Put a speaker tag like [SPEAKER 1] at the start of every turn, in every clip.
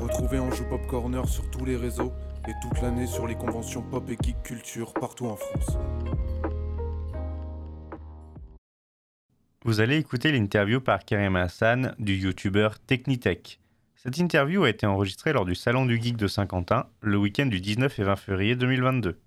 [SPEAKER 1] Retrouvez Anjou Pop Corner sur tous les réseaux et toute l'année sur les conventions pop et geek culture partout en France.
[SPEAKER 2] Vous allez écouter l'interview par Karim Hassan du youtubeur Technitech. Cette interview a été enregistrée lors du Salon du Geek de Saint-Quentin le week-end du 19 et 20 février 2022.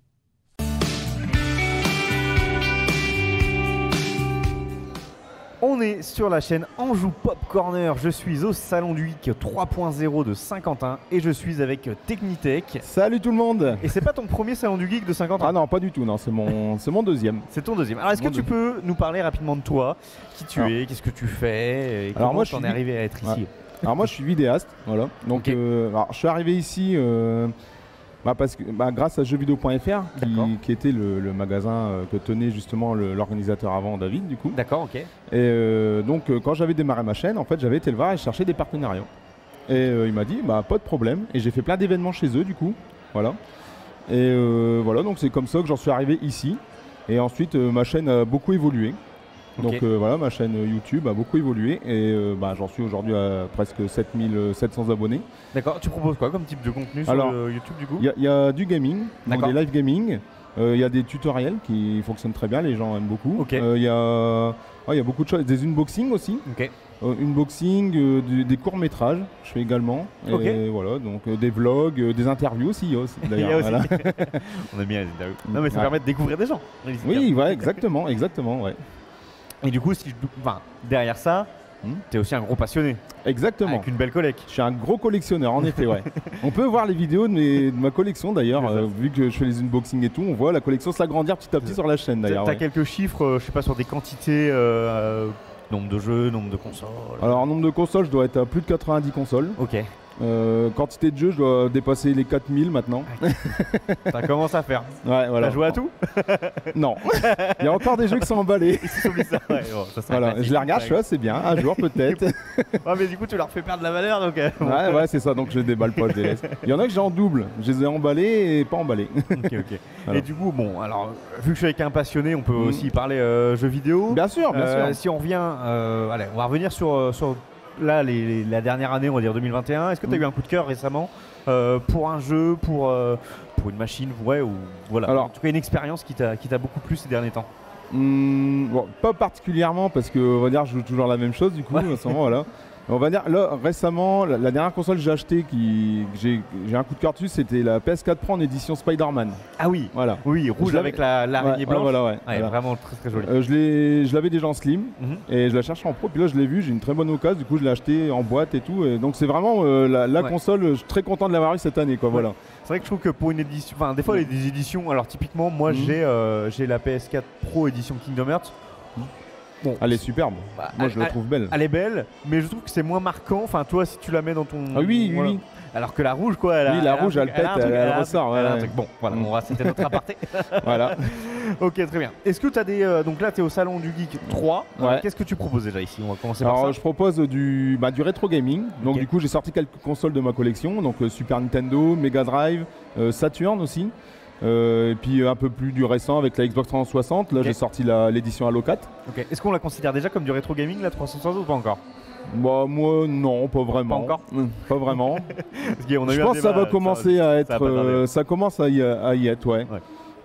[SPEAKER 3] On est sur la chaîne Anjou Pop Corner. Je suis au Salon du Geek 3.0 de Saint-Quentin et je suis avec Technitech.
[SPEAKER 4] Salut tout le monde
[SPEAKER 3] Et c'est pas ton premier Salon du Geek de Saint-Quentin
[SPEAKER 4] Ah non, pas du tout, non, c'est mon, c'est mon deuxième.
[SPEAKER 3] C'est ton deuxième. Alors, est-ce que
[SPEAKER 4] Mon
[SPEAKER 3] tu peux nous parler rapidement de toi Qui tu
[SPEAKER 4] Alors.
[SPEAKER 3] es Qu'est-ce que tu fais et
[SPEAKER 4] Alors,
[SPEAKER 3] Comment
[SPEAKER 4] moi, je
[SPEAKER 3] t'en
[SPEAKER 4] suis
[SPEAKER 3] es arrivé à être
[SPEAKER 4] Ouais.
[SPEAKER 3] ici
[SPEAKER 4] Alors moi je suis vidéaste, voilà. Donc
[SPEAKER 3] Ok.
[SPEAKER 4] euh, alors, je suis arrivé ici euh, bah, parce que, bah, grâce à jeuxvideo.fr
[SPEAKER 3] D'accord.
[SPEAKER 4] qui, qui était le, le magasin euh, que tenait justement le- l'organisateur avant, David, du coup.
[SPEAKER 3] D'accord, ok.
[SPEAKER 4] Et euh, donc euh, quand j'avais démarré ma chaîne, en fait j'avais été le voir et chercher des partenariats. Et euh, il m'a dit, bah pas de problème. Et j'ai fait plein d'événements chez eux, du coup. Voilà. Et euh, voilà, donc c'est comme ça que j'en suis arrivé ici. Et ensuite, euh, ma chaîne a beaucoup évolué.
[SPEAKER 3] Ok.
[SPEAKER 4] Donc euh, voilà, ma chaîne YouTube a beaucoup évolué et euh, bah, j'en suis aujourd'hui à presque 7700 abonnés.
[SPEAKER 3] D'accord, tu proposes quoi comme type de contenu
[SPEAKER 4] Alors,
[SPEAKER 3] sur euh, YouTube du coup
[SPEAKER 4] Il y a- il y, a du gaming, donc
[SPEAKER 3] D'accord.
[SPEAKER 4] des live gaming, euh, il y a des tutoriels qui fonctionnent très bien, les gens aiment beaucoup.
[SPEAKER 3] Ok.
[SPEAKER 4] Euh, Il y, a- ah, il y a beaucoup de choses, des unboxings aussi,
[SPEAKER 3] Ok.
[SPEAKER 4] Euh, unboxing, euh, du- des courts métrages, je fais également.
[SPEAKER 3] Ok.
[SPEAKER 4] Et voilà, donc euh, des vlogs, euh, des interviews aussi. il y a aussi,
[SPEAKER 3] Il y a
[SPEAKER 4] d'ailleurs,
[SPEAKER 3] aussi-
[SPEAKER 4] voilà.
[SPEAKER 3] On aime bien les interviews. Non mais ça
[SPEAKER 4] Ouais.
[SPEAKER 3] permet de découvrir des gens. les visiteurs.
[SPEAKER 4] Oui, ouais, exactement, exactement, ouais.
[SPEAKER 3] Et du coup, si je- enfin, derrière ça,
[SPEAKER 4] Hmm.
[SPEAKER 3] t'es aussi un gros passionné
[SPEAKER 4] Exactement.
[SPEAKER 3] avec une belle collecte.
[SPEAKER 4] Je suis un gros collectionneur, en effet, ouais. on peut voir les vidéos de, mes- de ma collection d'ailleurs,
[SPEAKER 3] C'est ça.
[SPEAKER 4] euh, vu que je fais les unboxings et tout, on voit la collection s'agrandir petit à
[SPEAKER 3] C'est
[SPEAKER 4] petit sur la chaîne
[SPEAKER 3] T'as
[SPEAKER 4] d'ailleurs.
[SPEAKER 3] t'as
[SPEAKER 4] ouais.
[SPEAKER 3] quelques chiffres, euh, je sais pas, sur des quantités, euh, euh, nombre de jeux, nombre de consoles.
[SPEAKER 4] Alors, en nombre de consoles, je dois être à plus de 90 consoles.
[SPEAKER 3] Ok,
[SPEAKER 4] Euh, quantité de jeux, je dois dépasser les 4000 maintenant.
[SPEAKER 3] ça commence à faire.
[SPEAKER 4] Ouais,
[SPEAKER 3] T'as
[SPEAKER 4] voilà.
[SPEAKER 3] joué à tout
[SPEAKER 4] Non. Il y a encore des jeux qui sont emballés.
[SPEAKER 3] ça, ouais, bon, ça, c'est un
[SPEAKER 4] Voilà,
[SPEAKER 3] classique.
[SPEAKER 4] je les regarde, je suis, ah, c'est bien, un jour peut-être.
[SPEAKER 3] Ouais, mais du coup, tu leur fais perdre la valeur, donc. euh, bon.
[SPEAKER 4] ouais, ouais, c'est ça, donc je les déballe pas, je les laisse. Il y en a que j'ai en double, je les ai emballés et pas emballés.
[SPEAKER 3] Ok, ok.
[SPEAKER 4] Voilà.
[SPEAKER 3] Et du coup, bon, alors, vu que je suis avec un passionné, on peut
[SPEAKER 4] Mhm.
[SPEAKER 3] aussi parler euh, jeux vidéo.
[SPEAKER 4] Bien sûr, bien
[SPEAKER 3] Euh,
[SPEAKER 4] sûr.
[SPEAKER 3] Si on revient, euh, allez, on va revenir sur, euh, sur là, les- les- la dernière année, on va dire 2021. Est-ce que t'as
[SPEAKER 4] Mhm.
[SPEAKER 3] eu un coup de cœur récemment euh, pour un jeu, pour, euh, pour une machine, ouais, ou voilà.
[SPEAKER 4] Alors-
[SPEAKER 3] en tout cas, une expérience qui t'a qui t'a beaucoup plu ces derniers temps.
[SPEAKER 4] Hmm, bon, pas particulièrement parce que on va dire je joue toujours la même chose du coup
[SPEAKER 3] Ouais.
[SPEAKER 4] en ce moment, voilà. On va dire là récemment la, la dernière console que j'ai achetée qui que j'ai j'ai un coup de cœur dessus c'était la PS4 Pro en édition Spider-Man.
[SPEAKER 3] Ah oui,
[SPEAKER 4] Voilà.
[SPEAKER 3] oui, rouge
[SPEAKER 4] l'avais-
[SPEAKER 3] avec la- l'araignée
[SPEAKER 4] Ouais, ouais,
[SPEAKER 3] blanche.
[SPEAKER 4] voilà, ouais,
[SPEAKER 3] Ouais,
[SPEAKER 4] voilà.
[SPEAKER 3] Vraiment très très joli.
[SPEAKER 4] Euh, je l'ai- je l'avais déjà en slim
[SPEAKER 3] Mhm.
[SPEAKER 4] et je la cherchais en pro puis là je l'ai vu j'ai une très bonne occasion du coup je l'ai acheté en boîte et tout et donc c'est vraiment euh, la, la
[SPEAKER 3] Ouais.
[SPEAKER 4] console euh, je suis très content de l'avoir eu cette année quoi voilà
[SPEAKER 3] C'est vrai que je trouve que pour une édition, enfin des
[SPEAKER 4] Mm.
[SPEAKER 3] fois il y a des éditions, alors typiquement moi
[SPEAKER 4] Mhm.
[SPEAKER 3] j'ai euh, j'ai la PS4 Pro édition Kingdom Hearts. Bon,
[SPEAKER 4] elle est superbe
[SPEAKER 3] bah,
[SPEAKER 4] moi je
[SPEAKER 3] elle-
[SPEAKER 4] la trouve belle
[SPEAKER 3] elle est belle, mais je trouve que c'est moins marquant. Enfin, toi, si tu la mets dans ton.
[SPEAKER 4] ah oui oui,
[SPEAKER 3] voilà.
[SPEAKER 4] oui.
[SPEAKER 3] Alors que la rouge, quoi. Elle a-
[SPEAKER 4] Oui, la
[SPEAKER 3] a un
[SPEAKER 4] rouge,
[SPEAKER 3] truc-
[SPEAKER 4] elle pète,
[SPEAKER 3] a un truc,
[SPEAKER 4] elle- elle
[SPEAKER 3] a un
[SPEAKER 4] ressort,
[SPEAKER 3] truc, elle a un
[SPEAKER 4] ouais,
[SPEAKER 3] truc. Bon, voilà,
[SPEAKER 4] Mm.
[SPEAKER 3] on va, c'était notre aparté.
[SPEAKER 4] voilà
[SPEAKER 3] ok, très bien. Est-ce que tu as des. euh, donc là, tu es au Salon du Geek 3.
[SPEAKER 4] Ouais.
[SPEAKER 3] Alors, Qu'est-ce que tu proposes déjà ici On va commencer
[SPEAKER 4] Alors,
[SPEAKER 3] par ça.
[SPEAKER 4] je propose du, bah, du rétro gaming. Donc,
[SPEAKER 3] Ok.
[SPEAKER 4] du coup, j'ai sorti quelques consoles de ma collection. Donc, euh, Super Nintendo, Mega Drive, euh, Saturn aussi. Euh, et puis, euh, un peu plus du récent avec la Xbox 360. Là,
[SPEAKER 3] Ok.
[SPEAKER 4] j'ai sorti la- l'édition Halo 4.
[SPEAKER 3] Ok. Est-ce qu'on la considère déjà comme du rétro gaming, la 360 ou pas encore
[SPEAKER 4] Bah, moi, non, pas vraiment.
[SPEAKER 3] Pas encore
[SPEAKER 4] Mm, Pas vraiment.
[SPEAKER 3] Parce qu'on a
[SPEAKER 4] Je
[SPEAKER 3] eu un
[SPEAKER 4] pense que ça
[SPEAKER 3] débat,
[SPEAKER 4] va commencer à
[SPEAKER 3] ça va
[SPEAKER 4] être.
[SPEAKER 3] pas tarder.
[SPEAKER 4] euh, Ça, commence à y, à y être, ouais.
[SPEAKER 3] Ouais.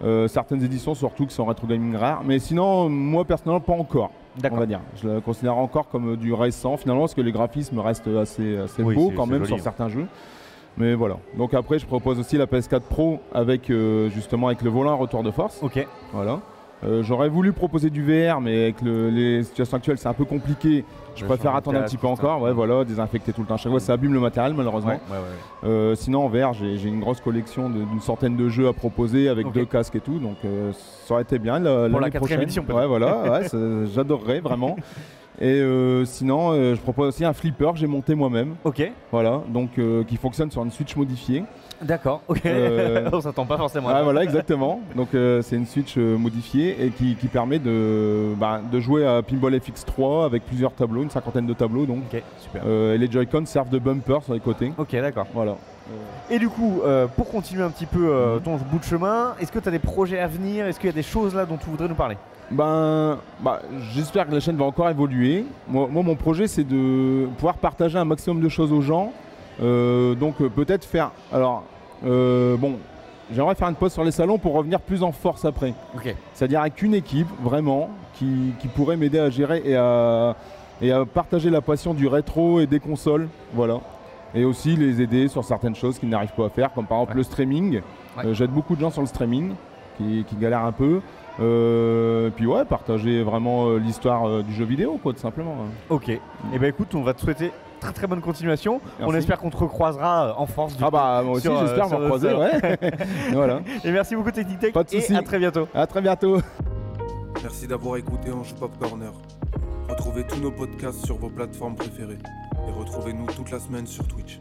[SPEAKER 4] Euh, certaines éditions, surtout, qui sont rétro gaming rares. Mais sinon, moi, personnellement, pas encore. On
[SPEAKER 3] D'accord.
[SPEAKER 4] va dire. Je la considère encore comme euh, du récent finalement parce que les graphismes restent assez, assez
[SPEAKER 3] Oui,
[SPEAKER 4] beaux
[SPEAKER 3] c'est-
[SPEAKER 4] quand
[SPEAKER 3] c'est
[SPEAKER 4] même
[SPEAKER 3] joli,
[SPEAKER 4] sur
[SPEAKER 3] hein.
[SPEAKER 4] certains jeux. Mais voilà. Donc après, je propose aussi la PS4 Pro avec euh, justement avec le volant à retour de force.
[SPEAKER 3] Ok.
[SPEAKER 4] Voilà. Euh, J'aurais voulu proposer du VR, mais avec le- les situations actuelles, c'est un peu compliqué. Je
[SPEAKER 3] Le
[SPEAKER 4] préfère
[SPEAKER 3] changement
[SPEAKER 4] attendre
[SPEAKER 3] de
[SPEAKER 4] un petit peu
[SPEAKER 3] table, tout ça. Mm.
[SPEAKER 4] encore. Ouais, voilà, désinfecter tout le temps. Chaque fois, ça abîme le matériel malheureusement.
[SPEAKER 3] Ouais, ouais, ouais.
[SPEAKER 4] Euh, sinon, en VR, j'ai j'ai une grosse collection de- d'une centaine de jeux à proposer avec
[SPEAKER 3] Ok.
[SPEAKER 4] deux casques et tout, donc euh, ça aurait été bien. la-
[SPEAKER 3] Pour la
[SPEAKER 4] l'année
[SPEAKER 3] quatrième
[SPEAKER 4] prochaine.
[SPEAKER 3] édition, peut-être.
[SPEAKER 4] Ouais, voilà, ouais, ça- j'adorerais vraiment. Et euh, sinon, euh, je propose aussi un flipper que j'ai monté moi-même,
[SPEAKER 3] Ok.
[SPEAKER 4] voilà, donc euh, qui fonctionne sur une Switch modifiée.
[SPEAKER 3] D'accord. Ok.
[SPEAKER 4] Euh,
[SPEAKER 3] on s'attend pas forcément à
[SPEAKER 4] Ouais,
[SPEAKER 3] ça.
[SPEAKER 4] voilà, exactement. Donc euh, c'est une Switch euh, modifiée et qui, qui permet de, bah, de jouer à Pinball FX3 avec plusieurs tableaux, une cinquantaine de tableaux donc.
[SPEAKER 3] Ok, super.
[SPEAKER 4] Euh, et les Joy-Con servent de bumper sur les côtés.
[SPEAKER 3] Ok, d'accord.
[SPEAKER 4] Voilà.
[SPEAKER 3] Et du coup, euh, pour continuer un petit peu euh, ton bout de chemin, est-ce que tu as des projets à venir Est-ce qu'il y a des choses là dont tu voudrais nous parler
[SPEAKER 4] Ben, bah, j'espère que la chaîne va encore évoluer. Moi, moi, mon projet, c'est de pouvoir partager un maximum de choses aux gens Euh, donc euh, peut-être faire. Alors, euh, bon, j'aimerais faire une pause sur les salons pour revenir plus en force après.
[SPEAKER 3] Ok.
[SPEAKER 4] C'est-à-dire avec une équipe vraiment qui, qui pourrait m'aider à gérer et à, et à partager la passion du rétro et des consoles. Voilà. Et aussi les aider sur certaines choses qu'ils n'arrivent pas à faire, comme par exemple
[SPEAKER 3] Ouais.
[SPEAKER 4] le streaming.
[SPEAKER 3] Ouais.
[SPEAKER 4] Euh, J'aide beaucoup de gens sur le streaming qui, qui galèrent un peu. Euh, puis ouais, partager vraiment euh, l'histoire euh, du jeu vidéo, quoi, tout simplement. hein.
[SPEAKER 3] Ok. Et ben écoute, on va te souhaiter très très bonne continuation. On
[SPEAKER 4] Merci.
[SPEAKER 3] espère qu'on te recroisera euh, en force. du
[SPEAKER 4] Ah
[SPEAKER 3] coup.
[SPEAKER 4] bah moi aussi
[SPEAKER 3] Sur, euh,
[SPEAKER 4] j'espère
[SPEAKER 3] sur
[SPEAKER 4] m'en
[SPEAKER 3] le
[SPEAKER 4] croiser,
[SPEAKER 3] salon.
[SPEAKER 4] ouais. voilà.
[SPEAKER 3] Et merci beaucoup Technique Tech.
[SPEAKER 4] Pas de
[SPEAKER 3] et
[SPEAKER 4] soucis.
[SPEAKER 3] à très bientôt.
[SPEAKER 4] À très bientôt.
[SPEAKER 1] Merci d'avoir écouté Anjou Pop Corner. Retrouvez tous nos podcasts sur vos plateformes préférées et retrouvez-nous toute la semaine sur Twitch.